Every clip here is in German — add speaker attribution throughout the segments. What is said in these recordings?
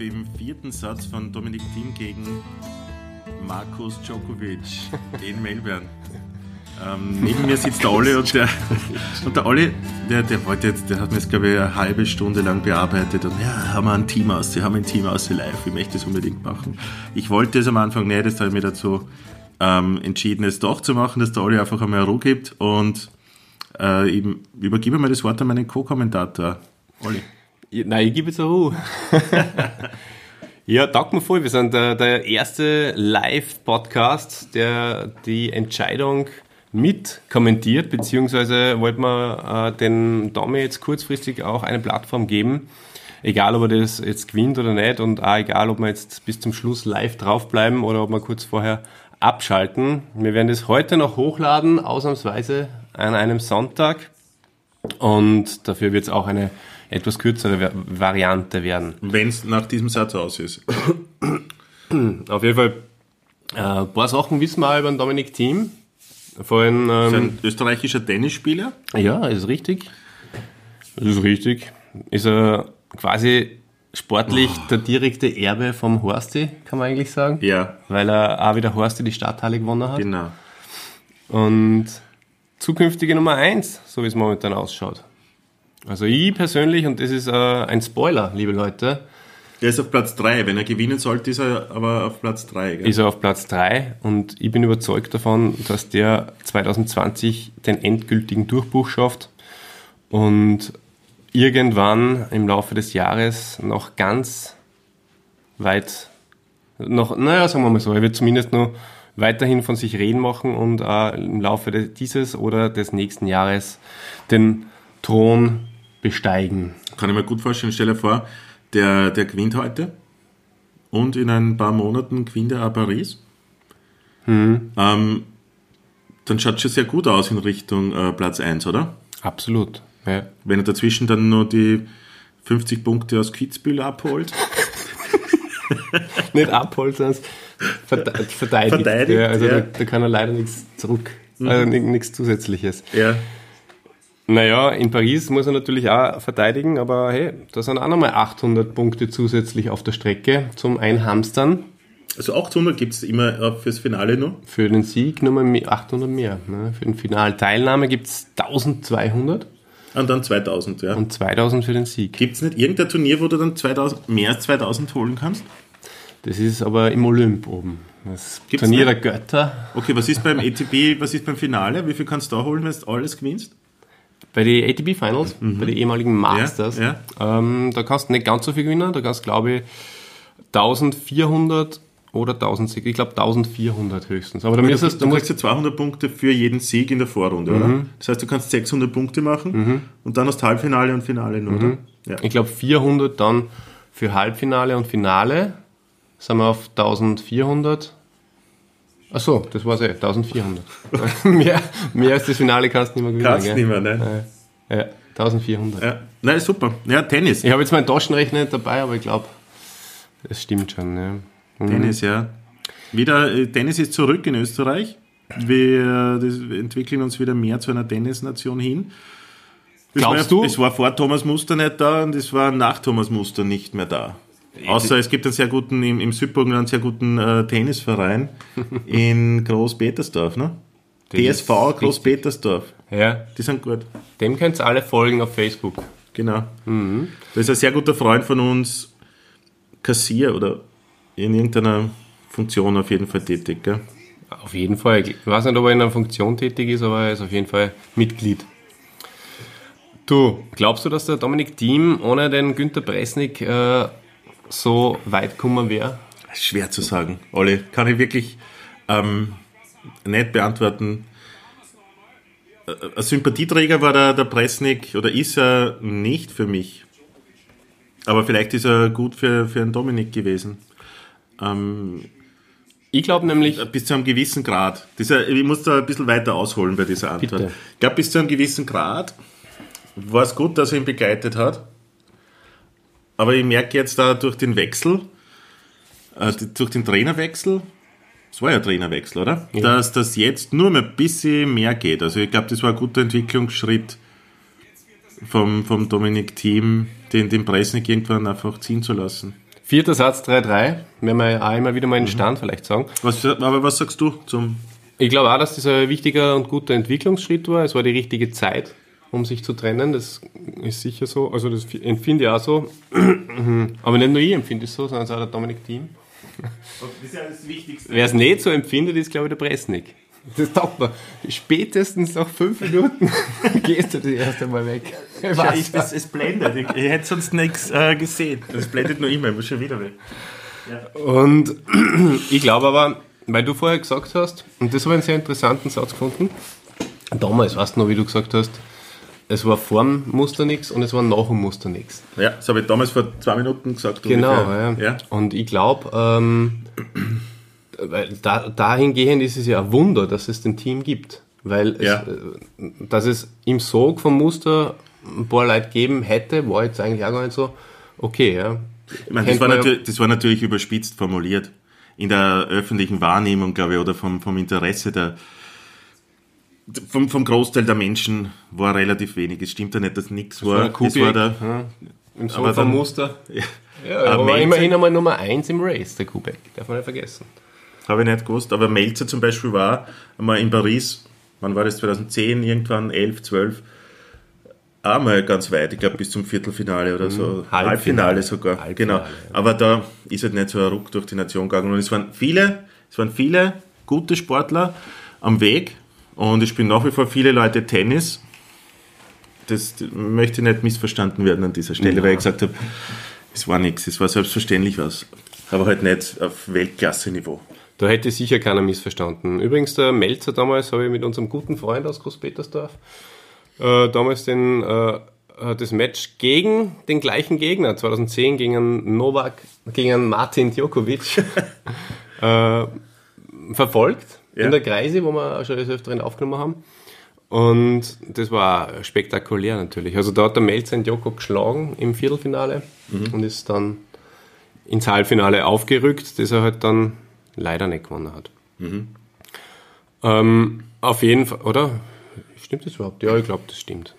Speaker 1: beim vierten Satz von Dominik Thiem gegen Markus Djokovic in Melbourne. Ähm, neben mir sitzt der Olli und der, und der Olli, der, der wollte jetzt, der hat mir das glaube ich eine halbe Stunde lang bearbeitet und ja, haben wir ein Team aus, sie haben ein Team aus live, ich möchte das unbedingt machen. Ich wollte es am Anfang nicht, das habe ich mir dazu ähm, entschieden, es doch zu machen, dass der Olli einfach einmal Ruhe gibt und äh, ich übergebe mal das Wort an meinen Co-Kommentator. Olli.
Speaker 2: Ja, Nein, ich gebe jetzt eine Ruhe. ja, taugt mir voll. Wir sind der, der erste Live-Podcast, der die Entscheidung mit kommentiert, beziehungsweise wollten wir äh, den Domi jetzt kurzfristig auch eine Plattform geben. Egal, ob er das jetzt gewinnt oder nicht und auch egal, ob wir jetzt bis zum Schluss live draufbleiben oder ob wir kurz vorher abschalten. Wir werden das heute noch hochladen, ausnahmsweise an einem Sonntag. Und dafür wird es auch eine etwas kürzere Va- Variante werden.
Speaker 1: Wenn es nach diesem Satz aus ist.
Speaker 2: Auf jeden Fall, äh, ein paar Sachen wissen wir auch über den Dominik Thiem. Vorhin,
Speaker 1: Ist
Speaker 2: ähm,
Speaker 1: ein österreichischer Tennisspieler.
Speaker 2: ja, ist richtig. Das ist richtig. Ist er quasi sportlich der direkte Erbe vom Horsti, kann man eigentlich sagen.
Speaker 1: Ja,
Speaker 2: Weil er auch wieder Horsti die Stadthalle gewonnen hat.
Speaker 1: genau.
Speaker 2: Und zukünftige Nummer 1, so wie es momentan ausschaut. Also ich persönlich, und das ist äh, ein Spoiler, liebe Leute,
Speaker 1: Der ist auf Platz 3. Wenn er gewinnen sollte, ist er aber auf Platz 3. Gell?
Speaker 2: ist er auf Platz 3 und ich bin überzeugt davon, dass der 2020 den endgültigen Durchbruch schafft und irgendwann im Laufe des Jahres noch ganz weit, noch, naja, sagen wir mal so, er wird zumindest noch weiterhin von sich reden machen und äh, im Laufe de- dieses oder des nächsten Jahres den Thron besteigen.
Speaker 1: Kann ich mir gut vorstellen. Stell dir vor, der, der gewinnt heute und in ein paar Monaten gewinnt er auch Paris. Ähm, dann schaut es schon sehr gut aus in Richtung äh, Platz 1, oder?
Speaker 2: Absolut. Ja.
Speaker 1: Wenn er dazwischen dann noch die 50 Punkte aus Kitzbühel abholt.
Speaker 2: nicht abholt, sondern verte- verteidigt.
Speaker 1: Verteidigt,
Speaker 2: ja, also
Speaker 1: ja. Mhm.
Speaker 2: Da, da kann er leider nichts zurück, also ni- nichts Zusätzliches.
Speaker 1: ja.
Speaker 2: Naja, in Paris muss er natürlich auch verteidigen, aber hey, da sind auch nochmal 800 Punkte zusätzlich auf der Strecke zum Einhamstern.
Speaker 1: Also 800 gibt es immer äh, fürs Finale noch.
Speaker 2: Für den Sieg nochmal me- 800 mehr. Ne? Für den Finalteilnahme gibt es 1200
Speaker 1: Und dann 2000, ja.
Speaker 2: und 2000 für den Sieg.
Speaker 1: Gibt es nicht irgendein Turnier, wo du dann 2000, mehr als 2000 holen kannst?
Speaker 2: Das ist aber im Olymp oben. Das
Speaker 1: Gibt's
Speaker 2: Turnier
Speaker 1: nicht?
Speaker 2: der Götter.
Speaker 1: Okay, was ist beim ATP, was ist beim Finale? Wie viel kannst du da holen, wenn du alles gewinnst?
Speaker 2: Bei den ATP Finals, bei den ehemaligen Masters,
Speaker 1: Mhm. ja.
Speaker 2: Ähm, da kannst du nicht ganz so viel gewinnen. Da kannst du, glaube ich, 1400 oder 1600, ich glaube 1400 höchstens. Aber da
Speaker 1: Das
Speaker 2: müsstest
Speaker 1: heißt,
Speaker 2: du,
Speaker 1: du
Speaker 2: musst,
Speaker 1: kriegst ja 200 Punkte für jeden Sieg in der Vorrunde, oder? Das heißt, du kannst 600 Punkte machen und dann hast Halbfinale und Finale nur, oder? Ja.
Speaker 2: ich glaube 400 dann für Halbfinale und Finale. Sind wir auf 1400. Ach so, das war's eh, 1400. mehr, mehr als das Finale kannst du nicht mehr gewinnen.
Speaker 1: Kannst
Speaker 2: gell?
Speaker 1: nicht mehr, ne?
Speaker 2: Ja, 1400.
Speaker 1: Ja. Nein, super. Ja, Tennis.
Speaker 2: Ich habe jetzt meinen Taschenrechner nicht dabei, aber ich glaube, es stimmt schon. Ja. Mhm.
Speaker 1: Tennis, ja. Wieder, äh, Tennis ist zurück in Österreich. Wir äh, das wir entwickeln uns wieder mehr zu einer Tennisnation hin. Es
Speaker 2: Glaubst
Speaker 1: war,
Speaker 2: du?
Speaker 1: Es war vor Thomas Muster nicht da und es war nach Thomas Muster nicht mehr da. Außer es gibt einen sehr guten, im, im Südburgenland sehr guten äh, Tennisverein in Groß-Petersdorf, ne?
Speaker 2: ist
Speaker 1: TSV Groß-Petersdorf.
Speaker 2: Ja,
Speaker 1: Die sind gut.
Speaker 2: dem könnt ihr alle folgen auf Facebook.
Speaker 1: Genau.
Speaker 2: Mhm.
Speaker 1: Da ist ein sehr guter Freund von uns, Kassier oder in irgendeiner Funktion auf jeden Fall tätig. Gell?
Speaker 2: Auf jeden Fall. Ich weiß nicht, ob er in einer Funktion tätig ist, aber er ist auf jeden Fall Mitglied. Du, glaubst du, dass der Dominik Thiem ohne den Günter Bresnik äh, so weit gekommen wäre?
Speaker 1: Schwer zu sagen, Olli. Kann ich wirklich ähm, nicht beantworten. Äh, Ein Sympathieträger war der, der Presnik oder ist er nicht für mich. Aber vielleicht ist er gut für, für einen Dominik gewesen. Ähm,
Speaker 2: Ich glaube nämlich,
Speaker 1: bis zu einem gewissen Grad. Dieser, ich muss da ein bisschen weiter ausholen bei dieser Antwort.
Speaker 2: Bitte.
Speaker 1: Ich glaube, bis zu einem gewissen Grad war es gut, dass er ihn begleitet hat. Aber ich merke jetzt da durch den Wechsel, äh, d- durch den Trainerwechsel, es war ja Trainerwechsel, oder? Dass das jetzt nur mehr ein bisschen mehr geht. Also ich glaube, das war ein guter Entwicklungsschritt vom, vom Dominik Team, den, den Presnik irgendwann einfach ziehen zu lassen.
Speaker 2: Vierter Satz 3-3. Werden wir auch immer wieder mal in den Stand vielleicht sagen.
Speaker 1: Was, aber was sagst du zum.
Speaker 2: Ich glaube auch, dass das ein wichtiger und guter Entwicklungsschritt war. Es war die richtige Zeit, um sich zu trennen. Das ist sicher so. Also das empfinde ich auch so. Aber nicht nur ich empfinde es so, sondern es auch der Dominik Thiem.
Speaker 1: Das ist ja das Wichtigste.
Speaker 2: Wer es nicht so empfindet, ist, glaube ich, der Pressnick. Das taugt mir. Spätestens nach fünf Minuten gehst du das erste Mal weg. Ich
Speaker 1: Ja,
Speaker 2: weiß
Speaker 1: ich, es, es blendet. Ich, ich hätte sonst nichts äh, gesehen. Es blendet nur immer, ich muss schon wieder weg.
Speaker 2: Und ich glaube aber, weil du vorher gesagt hast, und das habe ich einen sehr interessanten Satz gefunden, damals, weißt du noch, wie du gesagt hast, es war vor dem Muster nichts und es war nach dem Muster nichts.
Speaker 1: Ja, das habe ich damals vor zwei Minuten gesagt.
Speaker 2: Genau, ja.
Speaker 1: ungefähr. ja.
Speaker 2: Und ich glaube, ähm, weil da, dahingehend ist es ja ein Wunder, dass es den Team gibt. Weil es,
Speaker 1: Ja.
Speaker 2: äh, dass es im Sog vom Muster ein paar Leute geben hätte, war jetzt eigentlich auch gar nicht so okay, ja.
Speaker 1: Ich meine, das,
Speaker 2: Kennt
Speaker 1: war
Speaker 2: man ja-
Speaker 1: natürlich, das war natürlich überspitzt formuliert. In der öffentlichen Wahrnehmung, glaube ich, oder vom, vom Interesse der, vom, vom Großteil der Menschen war relativ wenig. Es stimmt ja nicht, dass nichts war.
Speaker 2: der
Speaker 1: Es war
Speaker 2: Kubik,
Speaker 1: der,
Speaker 2: Im Sog
Speaker 1: aber
Speaker 2: vom
Speaker 1: dann-
Speaker 2: Muster.
Speaker 1: ja,
Speaker 2: Ja, er
Speaker 1: Aber
Speaker 2: war
Speaker 1: Melzer-
Speaker 2: immerhin einmal Nummer 1 im Race, der Kubek. Darf man nicht vergessen.
Speaker 1: habe ich nicht gewusst. Aber Melzer zum Beispiel war einmal in Paris, wann war das, 2010, irgendwann, 11, 12, auch mal ganz weit, ich glaube bis zum Viertelfinale oder so.
Speaker 2: Halbfinale.
Speaker 1: Halbfinale, sogar.
Speaker 2: Halbfinale,
Speaker 1: genau. Aber da ist halt nicht so ein Ruck durch die Nation gegangen. Und es waren viele, es waren viele gute Sportler am Weg. Und ich bin nach wie vor viele Leute Tennis. Das möchte nicht missverstanden werden an dieser Stelle, weil ich gesagt habe, es war nichts, es war selbstverständlich was. Aber halt nicht auf Weltklasse-Niveau.
Speaker 2: Da hätte sicher keiner missverstanden. Übrigens, der Melzer damals habe ich mit unserem guten Freund aus Großpetersdorf äh, damals den, äh, äh, das Match gegen den gleichen Gegner, 2010 gegen einen Novak, gegen einen Martin Djokovic, äh, verfolgt
Speaker 1: Ja.
Speaker 2: in der Kreise, wo wir auch schon des Öfteren aufgenommen haben. Und das war spektakulär natürlich. Also da hat der Melzer in Djokovic geschlagen im Viertelfinale und ist dann ins Halbfinale aufgerückt, das er halt dann leider nicht gewonnen hat. Ähm, auf jeden Fall, oder? Stimmt das überhaupt? Ja, ich glaube, das stimmt.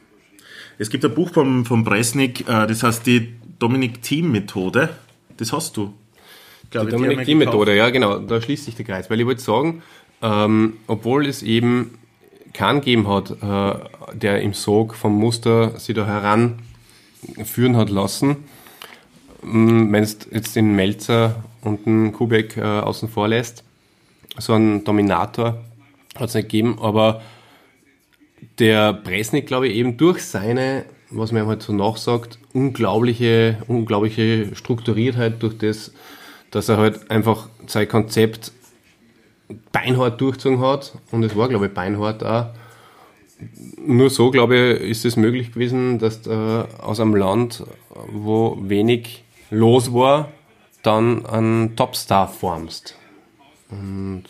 Speaker 1: Es gibt ein Buch vom, vom Bresnik, äh, das heißt die Dominik-Team-Methode. Das hast du. Glaub ich, die
Speaker 2: Die
Speaker 1: haben wir
Speaker 2: Dominik die
Speaker 1: gekauft.
Speaker 2: Methode, ja genau, da schließt sich der Kreis. Weil ich wollte sagen, ähm, obwohl es eben keinen gegeben hat, äh, der im Sog vom Muster sich da heranführen hat lassen, ähm, wenn es jetzt den Melzer und den Kubek äh, außen vor lässt, so einen Dominator hat es nicht gegeben, aber der Presnik, glaube ich, eben durch seine, was man ihm halt so nachsagt, unglaubliche, unglaubliche Strukturiertheit, durch das, dass er halt einfach sein Konzept beinhart durchgezogen hat und es war, glaube ich, beinhart auch. Nur so, glaube ich, ist es möglich gewesen, dass äh, aus einem Land, wo wenig los war, dann einen Topstar formst. Und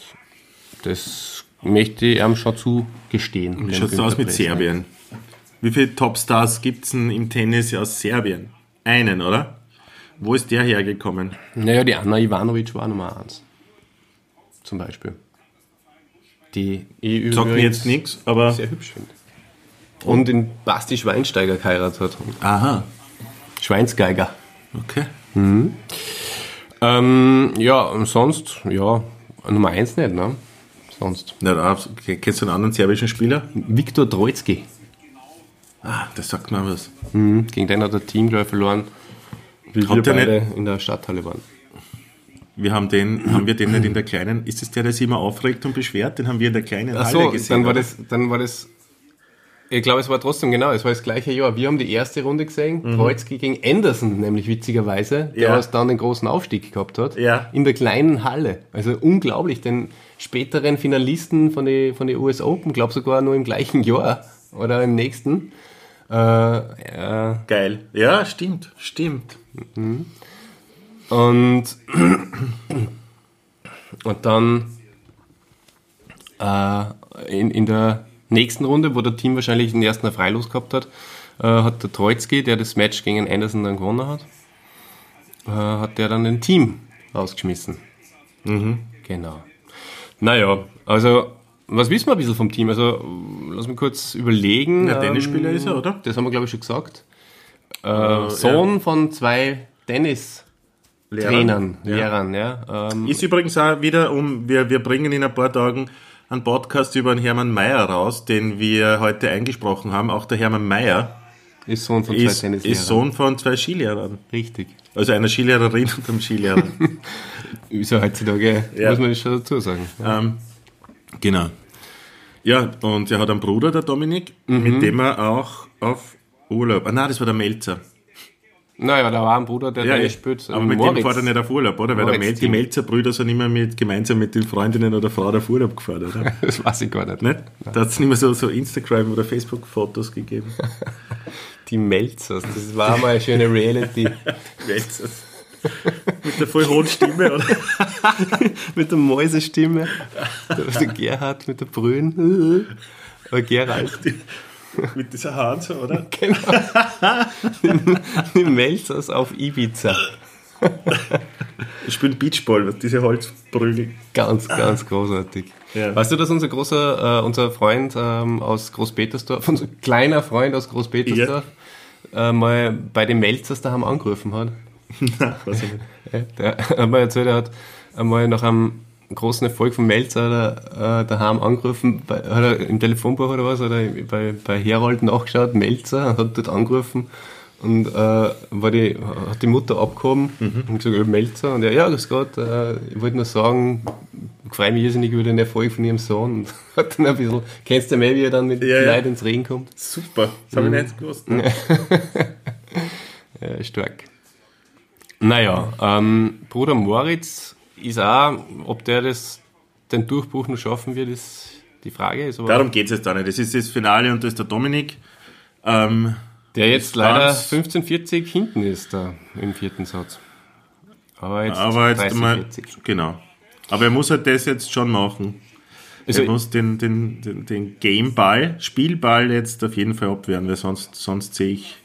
Speaker 2: das möchte ich ihm schon zugestehen.
Speaker 1: Wie schaut es aus mit Serbien? Wie viele Topstars gibt es denn im Tennis aus Serbien? Einen, oder? Wo ist der hergekommen?
Speaker 2: Naja, die Anna Ivanovic war Nummer eins, Zum Beispiel. Die ich
Speaker 1: Sagt mir
Speaker 2: übrigens
Speaker 1: jetzt nichts, aber.
Speaker 2: Sehr hübsch finde. Und in Basti Schweinsteiger geheiratet hat.
Speaker 1: Aha,
Speaker 2: Schweinsgeiger.
Speaker 1: okay.
Speaker 2: Ähm, ja, und sonst, ja, Nummer eins nicht, ne? Sonst.
Speaker 1: Na, da, hab's- kennst du einen anderen serbischen Spieler?
Speaker 2: Viktor Troitsky.
Speaker 1: Ah, das sagt mir was.
Speaker 2: Mhm. Gegen den hat der Team gleich verloren, wie
Speaker 1: Hat
Speaker 2: wir
Speaker 1: der
Speaker 2: beide in der Stadthalle waren.
Speaker 1: Wir haben den, haben wir den nicht in der kleinen. Ist es der, der sich immer aufregt und beschwert? Den haben wir in der kleinen
Speaker 2: Ach
Speaker 1: Halle
Speaker 2: so,
Speaker 1: gesehen.
Speaker 2: dann war
Speaker 1: oder?
Speaker 2: das, dann war das. Ich glaube, es war trotzdem genau, es war das gleiche Jahr. Wir haben die erste Runde gesehen, Troitsky gegen Anderson, nämlich witzigerweise, der
Speaker 1: Mhm. Ja.
Speaker 2: was dann den großen Aufstieg gehabt hat,
Speaker 1: Ja.
Speaker 2: in der kleinen Halle. Also unglaublich, den späteren Finalisten von den von die US Open, glaube sogar nur im gleichen Jahr oder im nächsten. Äh, äh,
Speaker 1: Geil. Ja, stimmt, stimmt.
Speaker 2: Und, und dann äh, in, in der nächsten Runde, wo der Team wahrscheinlich den ersten Freilos gehabt hat, äh, hat der Troitsky, der das Match gegen Anderson dann gewonnen hat, äh, hat der dann den Team rausgeschmissen.
Speaker 1: Mhm.
Speaker 2: Genau. Naja, also was wissen wir ein bisschen vom Team? Also lass mich kurz überlegen. Ähm,
Speaker 1: Der Tennisspieler ist er, oder? Äh,
Speaker 2: Das haben wir, glaube ich, schon gesagt. Äh, Sohn von zwei Tennis.
Speaker 1: Lehrern.
Speaker 2: Trainern,
Speaker 1: Ja.
Speaker 2: Lehrern, ja. Ähm,
Speaker 1: Ist übrigens auch wieder um, wir, wir bringen in ein paar Tagen einen Podcast über den Hermann Mayer raus, den wir heute eingesprochen haben. Auch der Hermann Mayer
Speaker 2: ist Sohn von zwei
Speaker 1: ist,
Speaker 2: Tennislehrern.
Speaker 1: ist Sohn von zwei Skilehrern.
Speaker 2: Richtig.
Speaker 1: Also einer Skilehrerin und einem Skilehrer.
Speaker 2: Ist ja heutzutage,
Speaker 1: Ja.
Speaker 2: muss man schon dazu sagen.
Speaker 1: ähm, genau. Ja, und er hat einen Bruder, der Dominik,
Speaker 2: Mhm.
Speaker 1: mit dem er auch auf Urlaub. Ah nein, das war der Melzer.
Speaker 2: Naja, da war ein Bruder, der
Speaker 1: Ja,
Speaker 2: da
Speaker 1: eh.
Speaker 2: gespielt
Speaker 1: aber mit dem fährt er nicht auf Urlaub, oder? Weil der
Speaker 2: Moritz
Speaker 1: Mel, die
Speaker 2: Team.
Speaker 1: Melzer-Brüder sind immer mit, gemeinsam mit den Freundinnen oder Frau auf Urlaub gefahren, oder?
Speaker 2: Das weiß ich gar nicht.
Speaker 1: Nicht? Da hat es nicht mehr so, so Instagram- oder Facebook-Fotos gegeben.
Speaker 2: Die Melzers, das war mal eine schöne Reality.
Speaker 1: Welches? Mit der voll hohen Stimme, oder?
Speaker 2: mit der Mäusestimme. Der, der Gerhard mit der Brühen. Oder Gerald.
Speaker 1: Mit dieser Hand, oder?
Speaker 2: Genau. Die Melzers auf Ibiza.
Speaker 1: Ich spiele Beachball, was diese Holzbrügel.
Speaker 2: Ganz, ganz großartig.
Speaker 1: Ja.
Speaker 2: Weißt du, dass unser großer, äh, unser Freund ähm, aus Großpetersdorf, unser kleiner Freund aus Großpetersdorf, äh, mal bei den Melzers daheim angerufen hat?
Speaker 1: Nein, weiß ich nicht.
Speaker 2: Ja, Der hat mir erzählt, er hat einmal nach einem großen Erfolg von Melzer hat er, äh, daheim angerufen, bei, hat er im Telefonbuch oder was, oder bei, bei Herold nachgeschaut, Melzer, und hat dort angerufen und äh, war die, hat die Mutter abgehoben
Speaker 1: Mhm.
Speaker 2: und gesagt, "Oh, Melzer, und er, ja, grüß Gott, äh, ich wollte nur sagen, ich freue mich irrsinnig über den Erfolg von ihrem Sohn und hat dann ein bisschen, kennst du mehr, wie er dann mit
Speaker 1: Ja,
Speaker 2: den
Speaker 1: ja.
Speaker 2: Leuten ins Reden kommt?
Speaker 1: Super, das habe ich nicht gewusst. Ne?
Speaker 2: Äh, stark. Naja, ähm, Bruder Moritz ist auch, ob der das, den Durchbruch noch schaffen wird, ist die Frage. Also, Ist aber
Speaker 1: Darum geht es jetzt da nicht. Das ist das Finale und da ist der Dominik. Ähm,
Speaker 2: der jetzt leider
Speaker 1: ganz-
Speaker 2: 15,40 hinten ist da im vierten Satz. Aber jetzt,
Speaker 1: aber jetzt
Speaker 2: 30,
Speaker 1: mal.
Speaker 2: 40.
Speaker 1: Genau. Aber er muss halt das jetzt schon machen.
Speaker 2: Also-
Speaker 1: er muss den, den, den, den Gameball, Spielball jetzt auf jeden Fall abwehren, weil sonst, sonst sehe ich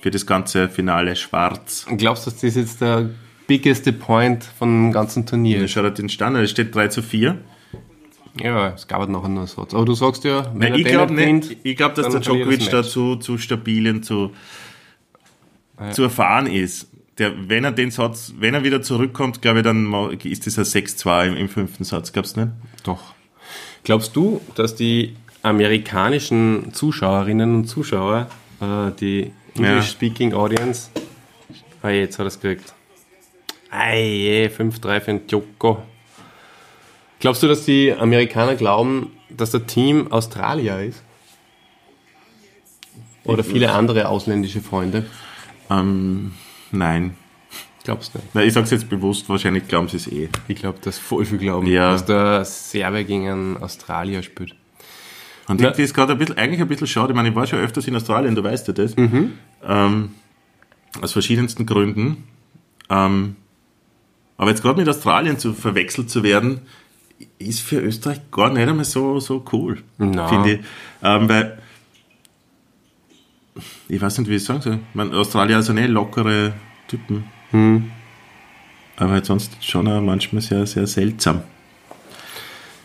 Speaker 1: für das ganze Finale schwarz.
Speaker 2: Glaubst du, dass das jetzt der biggeste Point vom ganzen Turnier
Speaker 1: Dann
Speaker 2: ist?
Speaker 1: schaut er den Stand an, es steht 3 zu 4.
Speaker 2: Ja, es gab halt noch einen Satz. Aber du sagst ja, wenn
Speaker 1: Nein, ich
Speaker 2: den
Speaker 1: glaube nicht.
Speaker 2: gewinnt,
Speaker 1: Ich glaube, dass
Speaker 2: dann
Speaker 1: der
Speaker 2: verliert
Speaker 1: Djokovic
Speaker 2: das
Speaker 1: da zu, zu stabil und zu, zu erfahren ist. Der, wenn er den Satz, wenn er wieder zurückkommt, glaube ich, dann ma- ist das ein 6-2 im, im fünften Satz, glaubst du nicht?
Speaker 2: Doch. Glaubst du, dass die amerikanischen Zuschauerinnen und Zuschauer, äh, die English-Speaking Audience, ah, jetzt hat er es gekriegt. Ei, 5-3 für den Joko. Glaubst du, dass die Amerikaner glauben, dass der Team Australier ist? Oder viele andere ausländische Freunde?
Speaker 1: Ähm, nein.
Speaker 2: Glaubst du nicht?
Speaker 1: Nein, ich sag's jetzt bewusst, wahrscheinlich glauben sie es eh.
Speaker 2: Ich glaube, dass voll viel glauben,
Speaker 1: Ja.
Speaker 2: dass der Serbe gegen einen Australier spielt.
Speaker 1: Und irgendwie ist gerade ein bisschen, eigentlich ein bisschen schade. Ich meine, ich war schon öfters in Australien, du weißt ja das. Ähm, aus verschiedensten Gründen. Ähm, aber jetzt gerade mit Australien zu verwechselt zu werden, ist für Österreich gar nicht einmal so, so cool.
Speaker 2: Na.
Speaker 1: Finde ich. Ähm, weil, ich weiß nicht, wie ich es sagen soll. Ich meine, Australier sind eh lockere Typen. Aber halt sonst schon auch manchmal sehr, sehr seltsam.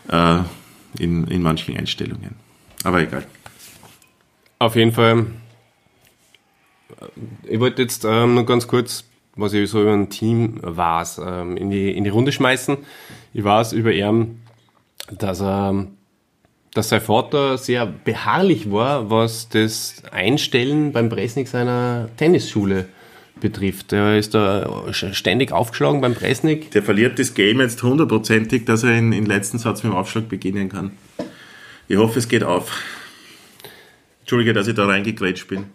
Speaker 1: Äh, in, in manchen Einstellungen. Aber egal.
Speaker 2: Auf jeden Fall. Ich wollte jetzt ähm, noch ganz kurz, was ich so über ein Team war, ähm, in, die, in die Runde schmeißen. Ich weiß über ihn, dass, er, dass sein Vater sehr beharrlich war, was das Einstellen beim Presnik seiner Tennisschule betrifft. Er ist da ständig aufgeschlagen beim Presnik.
Speaker 1: Der verliert das Game jetzt hundertprozentig, dass er in, in letzten Satz mit dem Aufschlag beginnen kann. Ich hoffe, es geht auf. Entschuldige, dass ich da reingegrätscht bin.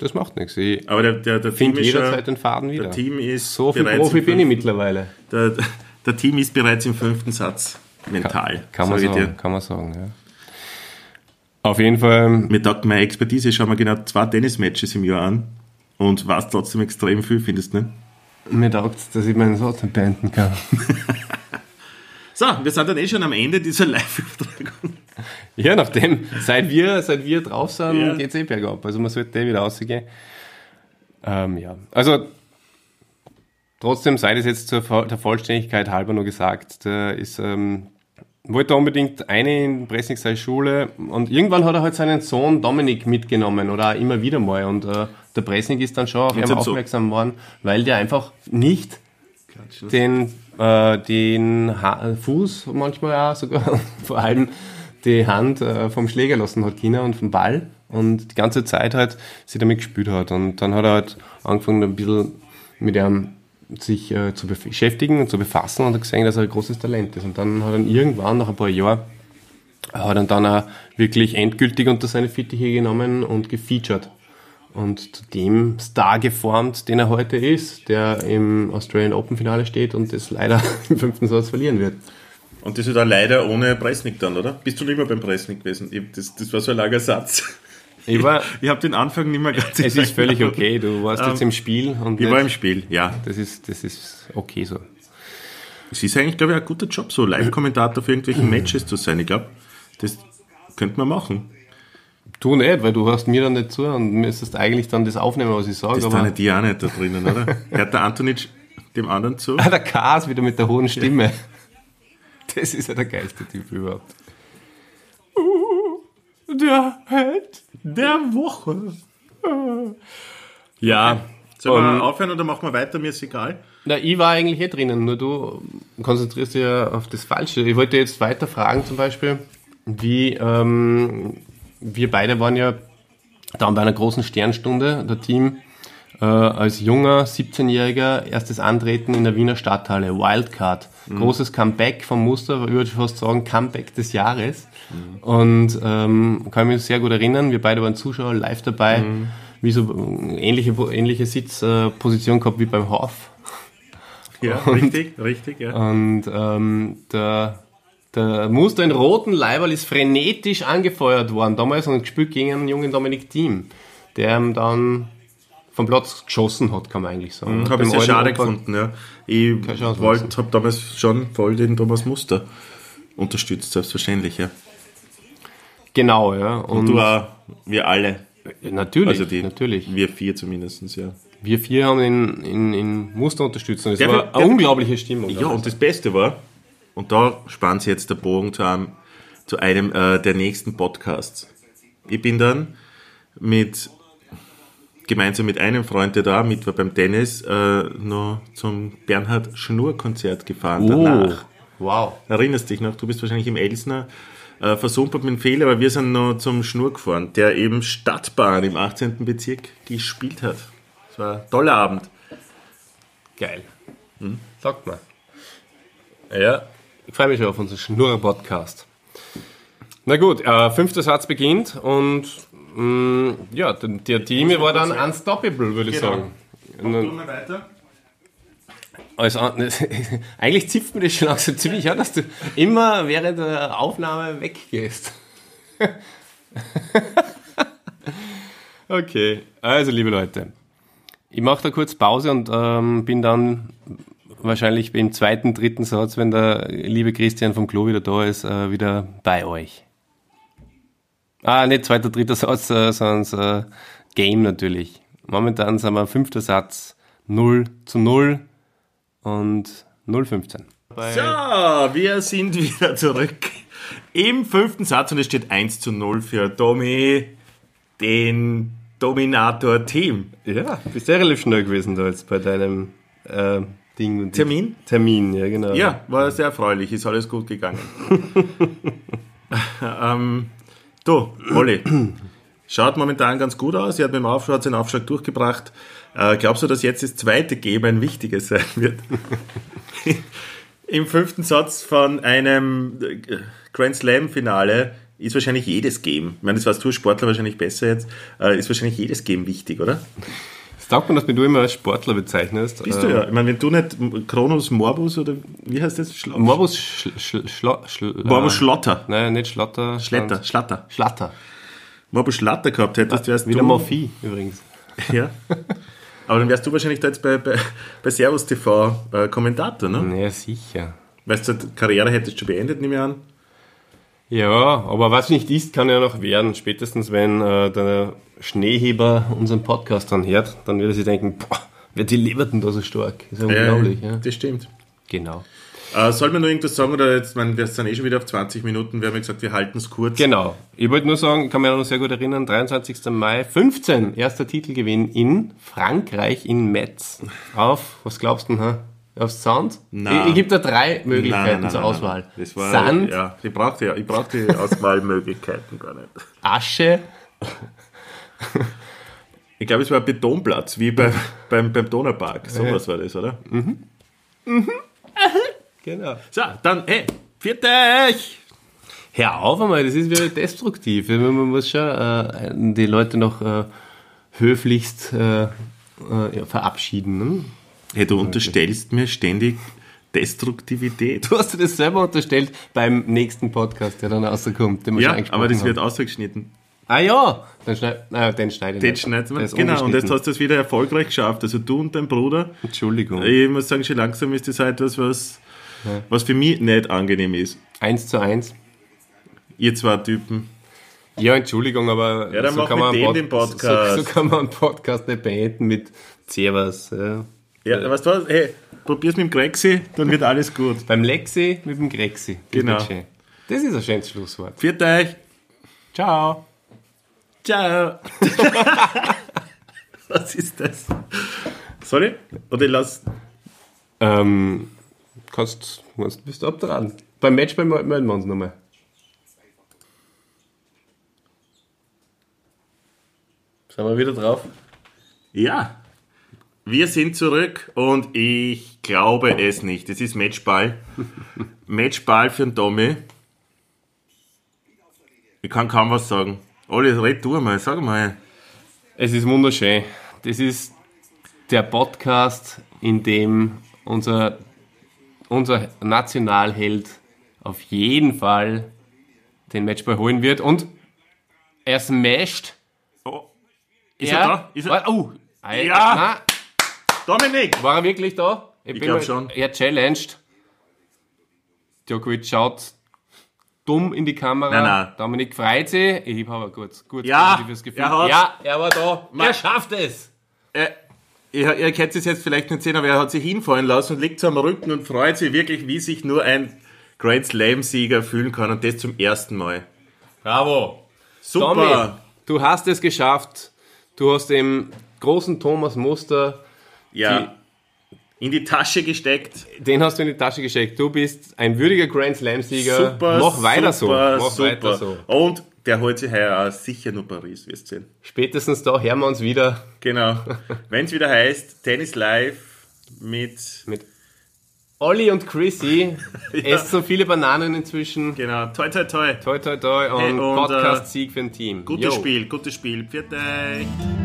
Speaker 2: Das macht nichts. Ich
Speaker 1: Aber der, der, der Team
Speaker 2: finde
Speaker 1: ist
Speaker 2: jederzeit
Speaker 1: schon,
Speaker 2: den Faden wieder.
Speaker 1: der Team ist
Speaker 2: so viel
Speaker 1: bereits
Speaker 2: Profi
Speaker 1: im
Speaker 2: bin ich
Speaker 1: fünften-
Speaker 2: mittlerweile.
Speaker 1: der, der Team ist bereits im fünften Satz mental.
Speaker 2: Kann man
Speaker 1: sag ich
Speaker 2: sagen,
Speaker 1: dir.
Speaker 2: kann man sagen, ja. Auf jeden Fall,
Speaker 1: Mir taugt meine Expertise, ich schau mir genau zwei Tennismatches im Jahr an und weiß trotzdem extrem viel, findest du, ne?
Speaker 2: mir taugt dass ich meinen Satz nicht beenden kann.
Speaker 1: So, wir sind dann eh schon am Ende dieser Live-Übertragung.
Speaker 2: Ja, nachdem, seit wir, seit wir drauf sind,
Speaker 1: Ja.
Speaker 2: geht's eh bergab. Also man sollte eh wieder rausgehen. Ähm, ja, also trotzdem sei das jetzt zur Vo- der Vollständigkeit halber nur gesagt. Der ist, ähm, wollte unbedingt eine in Bresnik seine Schule und irgendwann hat er halt seinen Sohn Dominik mitgenommen oder auch immer wieder mal und äh, der Bresnik ist dann schon auf
Speaker 1: sind
Speaker 2: einmal
Speaker 1: so-
Speaker 2: aufmerksam worden, weil der einfach nicht ne?
Speaker 1: Klatschen.
Speaker 2: den, äh, den ha äh, Fuß manchmal auch sogar, vor allem die Hand äh, vom Schläger lassen hat China und vom Ball und die ganze Zeit halt sie damit gespielt hat und dann hat er halt angefangen ein bisschen mit ihm sich äh, zu bef- beschäftigen und zu befassen und hat gesehen, dass er ein großes Talent ist und dann hat er ihn irgendwann nach ein paar Jahren hat ihn dann auch wirklich endgültig unter seine Fittiche genommen und gefeatured und zu dem Star geformt, den er heute ist, der im Australian Open Finale steht und das leider im fünften Satz verlieren wird.
Speaker 1: Und das ist dann leider ohne Preisnick dann, oder? Bist du nicht mehr beim Preisnick gewesen? Ich, das, das war so ein langer Satz.
Speaker 2: Ich war,
Speaker 1: Ich habe den Anfang nicht mehr ganz
Speaker 2: es ist völlig
Speaker 1: verstanden.
Speaker 2: okay, du warst jetzt im Spiel und
Speaker 1: Ähm, Ich war im
Speaker 2: nicht-
Speaker 1: Spiel, ja.
Speaker 2: das ist, das ist okay so.
Speaker 1: Es ist eigentlich, glaube ich, ein guter Job, so Live-Kommentator für irgendwelche Matches zu sein. Ich glaube, das könnte man machen.
Speaker 2: Du nicht, weil du hörst mir dann nicht zu und müsstest eigentlich dann das aufnehmen, was ich sage.
Speaker 1: Ist da
Speaker 2: Aber
Speaker 1: nicht die auch nicht da drinnen, oder? Hört der Antonic dem anderen zu?
Speaker 2: ah, der K ist wieder mit der hohen Stimme. Das ist ja der geilste Typ überhaupt. der Held der Woche. Ja,
Speaker 1: Sollen
Speaker 2: Ähm,
Speaker 1: wir aufhören oder machen wir weiter? Mir ist egal.
Speaker 2: Na, ich war eigentlich eh drinnen, nur du konzentrierst dich ja auf das Falsche. Ich wollte jetzt weiter fragen, zum Beispiel, wie ähm, wir beide waren ja dann bei einer großen Sternstunde, der Team, äh, als junger 17-Jähriger erstes Antreten in der Wiener Stadthalle, Wildcard. Großes Comeback vom Muster, würde ich fast sagen, Comeback des Jahres. Und ähm, kann mich sehr gut erinnern, wir beide waren Zuschauer live dabei, wie so äh, ähnliche, ähnliche Sitzposition äh, gehabt wie beim Hoff.
Speaker 1: Ja, richtig, richtig, ja.
Speaker 2: Und ähm, der, der Muster in roten Leiberl ist frenetisch angefeuert worden damals und gespielt gegen einen jungen Dominik Thiem, der ihm dann vom Platz geschossen hat, kann man eigentlich sagen.
Speaker 1: Habe
Speaker 2: Dem
Speaker 1: Mhm, ich sehr
Speaker 2: alten
Speaker 1: schade
Speaker 2: Opa-
Speaker 1: gefunden, ja. Ich
Speaker 2: Chance,
Speaker 1: wollte, habe damals schon voll den Thomas Muster unterstützt, selbstverständlich, ja.
Speaker 2: Genau, ja. Und,
Speaker 1: Du auch, wir alle.
Speaker 2: natürlich,
Speaker 1: Also die,
Speaker 2: natürlich.
Speaker 1: wir vier zumindest, ja.
Speaker 2: Wir vier haben ihn in, in Muster unterstützt und es
Speaker 1: Darf
Speaker 2: war
Speaker 1: ich-
Speaker 2: eine
Speaker 1: darf-
Speaker 2: unglaubliche Stimmung.
Speaker 1: Ja, und das Beste war, und da spannt sie jetzt der Bogen zu einem, zu einem äh, der nächsten Podcasts. Ich bin dann mit, gemeinsam mit einem Freund, der da mit war beim Dennis, äh, noch zum Bernhard Schnur-Konzert gefahren
Speaker 2: oh,
Speaker 1: danach.
Speaker 2: wow.
Speaker 1: Erinnerst dich noch? Du bist wahrscheinlich im Elsner äh, versumpert mit dem Fehler, aber wir sind noch zum Schnur gefahren, der eben Stadtbahn im 18. Bezirk gespielt hat. Es war ein toller Abend.
Speaker 2: Geil. Sagt man. Ja. Ich freue mich schon auf unseren Schnurr-Podcast. Na gut, äh, fünfter Satz beginnt und mh, ja, der, der Team war dann unstoppable, würde ich
Speaker 1: Genau.
Speaker 2: sagen. Und
Speaker 1: wir weiter?
Speaker 2: Als, an- Also, eigentlich zipft mir das schon langsam ziemlich an, dass du immer während der Aufnahme weggehst. okay, also liebe Leute, ich mache da kurz Pause und ähm, bin dann wahrscheinlich im zweiten, dritten Satz, wenn der liebe Christian vom Klo wieder da ist, äh, wieder bei euch. Ah, nicht zweiter, dritter Satz, äh, sondern äh, Game natürlich. Momentan sind wir fünfter Satz 0 zu 0 und 015.
Speaker 1: So, wir sind wieder zurück im fünften Satz und es steht 1 zu 0 für Domi, den Dominator-Team.
Speaker 2: Ja, bist sehr relativ schnell gewesen da jetzt bei deinem äh, Ding. und-
Speaker 1: Termin?
Speaker 2: Termin, ja genau.
Speaker 1: Ja, war sehr erfreulich, ist alles gut gegangen. ähm, du, Olli, schaut momentan ganz gut aus. Ihr habt mit dem Aufschlag den Aufschlag durchgebracht. Äh, glaubst du, dass jetzt das zweite Game ein wichtiges sein wird? Im fünften Satz von einem äh, Grand Slam-Finale ist wahrscheinlich jedes Game. Ich meine, das weißt du als Sportler wahrscheinlich besser jetzt. Äh, ist wahrscheinlich jedes Game wichtig, oder?
Speaker 2: Das taugt man, dass mich du immer als Sportler bezeichnest.
Speaker 1: Bist du ja. Ich meine, wenn du nicht Kronos Morbus oder wie heißt das? Ah. Schla
Speaker 2: Äh, Morbus Schl Schl Schlo Schl
Speaker 1: Morbus Schlotter.
Speaker 2: Nein, nicht Schlatter.
Speaker 1: Schletter, Schlatter.
Speaker 2: Schlatter.
Speaker 1: Morbus Schlatter gehabt hättest, wärst
Speaker 2: Wieder
Speaker 1: du...
Speaker 2: Morphi übrigens.
Speaker 1: Ja. Aber dann wärst du wahrscheinlich da jetzt bei, bei, bei Servus TV äh, Kommentator, ne?
Speaker 2: Ja, sicher.
Speaker 1: Weißt du, die Karriere hättest du schon beendet, nehme ich an.
Speaker 2: Ja, aber was nicht ist, kann ja noch werden. Spätestens, wenn äh, der Schneeheber unseren Podcast dann hört, dann wird er sich denken, boah, wer die Leberten da so stark. Ist ja unglaublich, ja.
Speaker 1: Das stimmt.
Speaker 2: Genau.
Speaker 1: Äh, soll man noch irgendwas sagen oder jetzt, ich meine, wir sind eh schon wieder auf 20 Minuten, wir haben ja gesagt, wir halten es kurz.
Speaker 2: Genau. Ich wollte nur sagen, ich kann mich noch sehr gut erinnern, 23. Mai 15, erster Titelgewinn in Frankreich, in Metz. Auf, was glaubst du denn, hä? Auf Sound?
Speaker 1: Nein.
Speaker 2: Ich, ich gebe da drei Möglichkeiten
Speaker 1: nein,
Speaker 2: zur
Speaker 1: nein, nein.
Speaker 2: Auswahl.
Speaker 1: Das war,
Speaker 2: Sand,
Speaker 1: Ja, ich brauchte, ja- ich brauchte die Auswahlmöglichkeiten gar nicht.
Speaker 2: Asche,
Speaker 1: Ich glaube, es war ein Betonplatz, wie bei, beim, beim Donaupark. Sowas war das, oder? Mhm. Mhm. Genau. So, dann, ey, vierte euch!
Speaker 2: Hör auf einmal, das ist wieder destruktiv. Man muss schon äh, die Leute noch äh, höflichst äh, äh, ja, verabschieden. Ne?
Speaker 1: Hey, du unterstellst mir ständig Destruktivität.
Speaker 2: Du hast dir das selber unterstellt beim nächsten Podcast, der dann rauskommt. Den wir schon
Speaker 1: Ja,
Speaker 2: angesprochen
Speaker 1: aber das
Speaker 2: haben.
Speaker 1: wird ausgeschnitten.
Speaker 2: Ah ja, dann schneid, ah, den schneide ich
Speaker 1: Den
Speaker 2: nicht.
Speaker 1: schneiden
Speaker 2: Der
Speaker 1: wir.
Speaker 2: ist
Speaker 1: Genau, und jetzt
Speaker 2: ungeschnitten.
Speaker 1: hast du es wieder erfolgreich geschafft. Also du und dein Bruder.
Speaker 2: Entschuldigung.
Speaker 1: Ich muss sagen, schon langsam ist das halt etwas, was, was für mich nicht angenehm ist.
Speaker 2: Eins zu eins.
Speaker 1: Ihr zwei Typen.
Speaker 2: Ja, Entschuldigung, aber
Speaker 1: Ja, dann mach mit
Speaker 2: einen
Speaker 1: denen den Podcast.
Speaker 2: So, so kann man einen Podcast nicht beenden mit Servus. Ja.
Speaker 1: Ja, weißt du was? Hey, probier's mit dem Grexi, dann wird alles gut.
Speaker 2: Beim Lexi mit dem Grexi. Das
Speaker 1: Genau.
Speaker 2: wird schön. Das ist ein schönes Schlusswort.
Speaker 1: Viert euch!
Speaker 2: Ciao.
Speaker 1: Ciao! was ist das? Sorry? Oder ich lass.
Speaker 2: Ähm, kannst, kannst, bist du ab dran. Beim Match beim melden wir uns nochmal. Sind wir wieder drauf?
Speaker 1: Ja! Wir sind zurück und ich glaube es nicht. Es ist Matchball. Matchball für den Tommy. Ich kann kaum was sagen. Olli, red du mal, sag mal.
Speaker 2: Es ist wunderschön. Das ist der Podcast, in dem unser, unser Nationalheld auf jeden Fall den Matchball holen wird und er smasht.
Speaker 1: Oh, ist
Speaker 2: er,
Speaker 1: er da? Ist er?
Speaker 2: Oh, Ei,
Speaker 1: Ja! Dominik!
Speaker 2: na, war er wirklich da? Ich,
Speaker 1: glaub
Speaker 2: mir-
Speaker 1: schon.
Speaker 2: Er challenged. Djokovic schaut dumm in die Kamera.
Speaker 1: Nein, nein.
Speaker 2: Dominik freut sich. Ich habe ein kurz, kurz
Speaker 1: Ja,
Speaker 2: positives Gefühl.
Speaker 1: er hat's.
Speaker 2: ja, er war da. Er schafft es.
Speaker 1: Er, ihr, ihr könnt es jetzt vielleicht nicht sehen, aber er hat sich hinfallen lassen und liegt so am Rücken und freut sich wirklich, wie sich nur ein Grand Slam-Sieger fühlen kann und das zum ersten Mal.
Speaker 2: Bravo.
Speaker 1: Super!
Speaker 2: Tommy, du hast es geschafft. Du hast dem großen Thomas Muster,
Speaker 1: ja. In die Tasche gesteckt.
Speaker 2: den hast du in die Tasche gesteckt. Du bist ein würdiger Grand Slam-Sieger.
Speaker 1: Super,
Speaker 2: Mach weiter
Speaker 1: super,
Speaker 2: so. Mach
Speaker 1: super.
Speaker 2: weiter so.
Speaker 1: Und der holt sich heuer auch sicher nur Paris, wirst du sehen.
Speaker 2: Spätestens da hören wir uns wieder
Speaker 1: Genau. Wenn es wieder heißt, Tennis Live mit,
Speaker 2: mit Olli und Chrissy. Essen so viele Bananen inzwischen.
Speaker 1: genau, toi toi toi.
Speaker 2: Toi, toi, toi. Und,
Speaker 1: Hey, und, äh,
Speaker 2: Podcast-Sieg für ein Team.
Speaker 1: Gutes
Speaker 2: Yo.
Speaker 1: Spiel, gutes Spiel. Pfiat euch.